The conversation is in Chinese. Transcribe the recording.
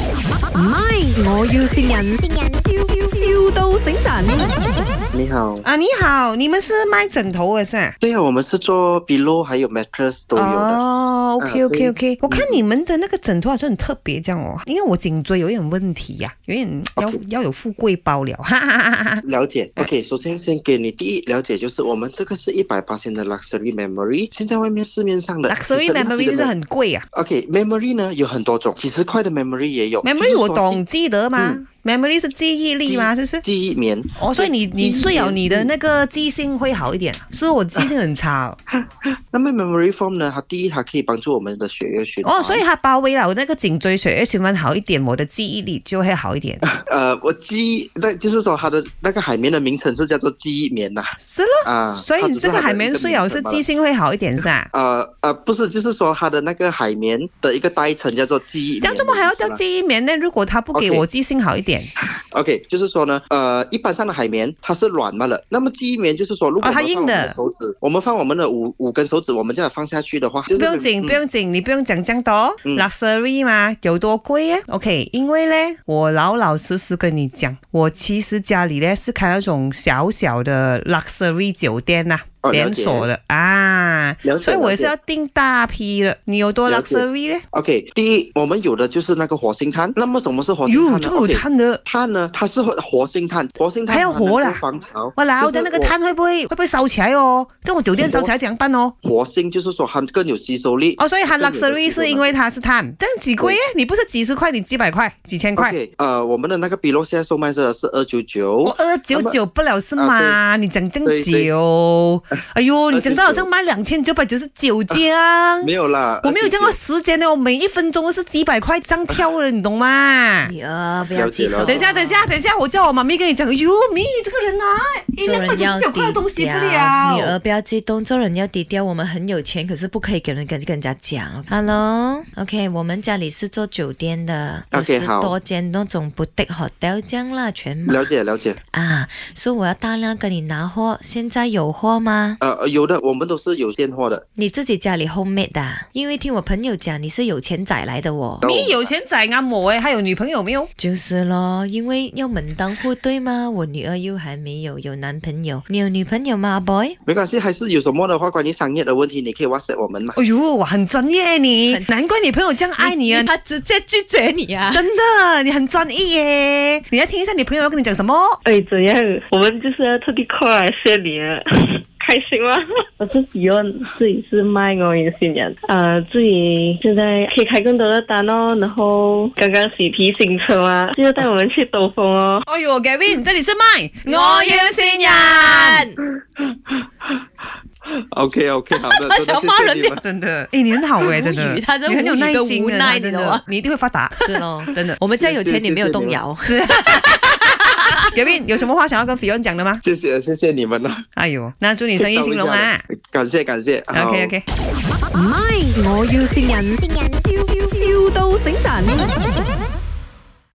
唔係，我要善人，笑笑到醒神。你好，啊，你好，你们是卖枕头的是啊？对啊，我们是做 pillow 还有 mattress 都有的。哦，OK 嗯 OK 对 OK，我看你们的那个枕头好像很特别这样哦，因为我颈椎有点问题呀、有点要 OK 要有富贵包了，哈哈哈哈哈。了解，OK，首哎先先给你第一了解，就是我们这个是一百八千的 luxury memory，现在外面市面上的 Luxury memory 就是很贵啊 OK，memory 呢有很多种，几十块的 memory 也有。 ，memory 我懂，记得吗？memory 嗯是记忆力吗？是不是？第一棉，哦，所以你你睡了，你的嗯那个记性会好一点啊，是我记性很差哦。那么 memory foam 呢？它第一，它可以帮助我们的血液循环。哦，所以它包围了我那个颈椎血液循环好一点，我的记忆力就会好一点，呃，我记忆，那就是说它的那个海绵的名称是叫做记忆棉呐、是咯。啊。所以它你只是这个它的海一绵睡名了称是罢记了性会好一点是 啊？呃呃，不是，就是说它的那个海绵的一个代称叫做记忆棉。这样怎么还要叫记？记忆棉呢？如果他不给 OK 我记性好一点 OK，就是说呢，呃，一般上的海绵它是软嘛的，那么记忆棉就是说，如果哦我它们放硬我们的的手指，我们放我们的五五根手指，我们这样放下去的话，就是不用紧，嗯不用紧，你不用讲这样多。嗯 luxury 嘛，有多贵耶？OK，因为呢，我老老实实跟你讲，我其实家里呢是开那种小小的 luxury 酒店呐、哦了解连锁的啊了，解所以我也是了解要订大批的。你有多了解 luxury 呢？ OK，第一，我们有的就是那个活性炭，那么什么是活性炭哟，呢这么有啊 OK，碳的，碳呢，它是活性炭，活性炭还要活啦啦，防潮。我老就是在那个我碳会不会会不会烧起来哦？在我酒店烧起来怎样办哦？活性就是说它更有吸收力。哦，所以它更有的 luxury 吸收是因能为它是碳，这样几贵耶？你不是几十块，你几百块、几千块？ OK，呃，我们的那个比洛现在售卖的是二九我九，二九九不了是吗？啊你讲这对对久，哎呦，你讲到好299像卖两千九百九十九张。没有啊啦，我没有这299样时间的，我每一分钟都是几百块上跳的，你懂吗？啊呀，不要了解激动。了解等一下，等一下，等一下，我叫我妈咪跟你讲，哎呦，咪这个人啊，一做两百人九要十九低块的调，东西不啊女儿了。不要激动，做人要低调。我们很有钱，可是不可以给人跟跟人家讲。Hello，OK，、我们家里是做酒店的，有 OK，十好多间那种不 o 好 hotel 这样啦，全买了解了解，啊。所以我要大量跟你拿货，现在有货吗？呃，呃有的我们都是有现货的。你自己家里 homemade 的啊、因为听我朋友讲你是有钱仔来的哦。咪有钱仔啊，我哎，还有女朋友没有？就是咯，因为要门当户对嘛。我女儿又还没有有男朋友，你有女朋友吗阿，boy？没关系，还是有什么的话，关于商业的问题，你可以 WhatsApp 我们 嘛。哎呦，哇，很专业你很，难怪你朋友这样爱你 啊！他直接拒绝你啊！真的，你很专一耶！你来听一下你朋友要跟你讲什么。哎，怎样？我们就是要特地 call 来谢你啊，开心吗？ 我是希望自己是卖我也新 人，呃，自己现在可以开更多的单哦，然后刚刚喜提新车啊，就要带我们去兜风哦。哎呦，Gavin，这里是麦，我要新人。 OK OK，好 的，真的想谢骂谢人你们。真的，哎，你很好哎，真的 无语，他真你很有耐无心语的无的，奈真你懂吗的，你一定会发 达，是咯，真的。我们家有钱，你没有动摇。 Gavin 有什么话想要跟 Fion 讲的吗？谢谢谢谢你们啊 了，哎呦，那祝你生意兴隆 啊！感谢感谢。好 OK OK。唔係，我要善人，笑笑到醒神。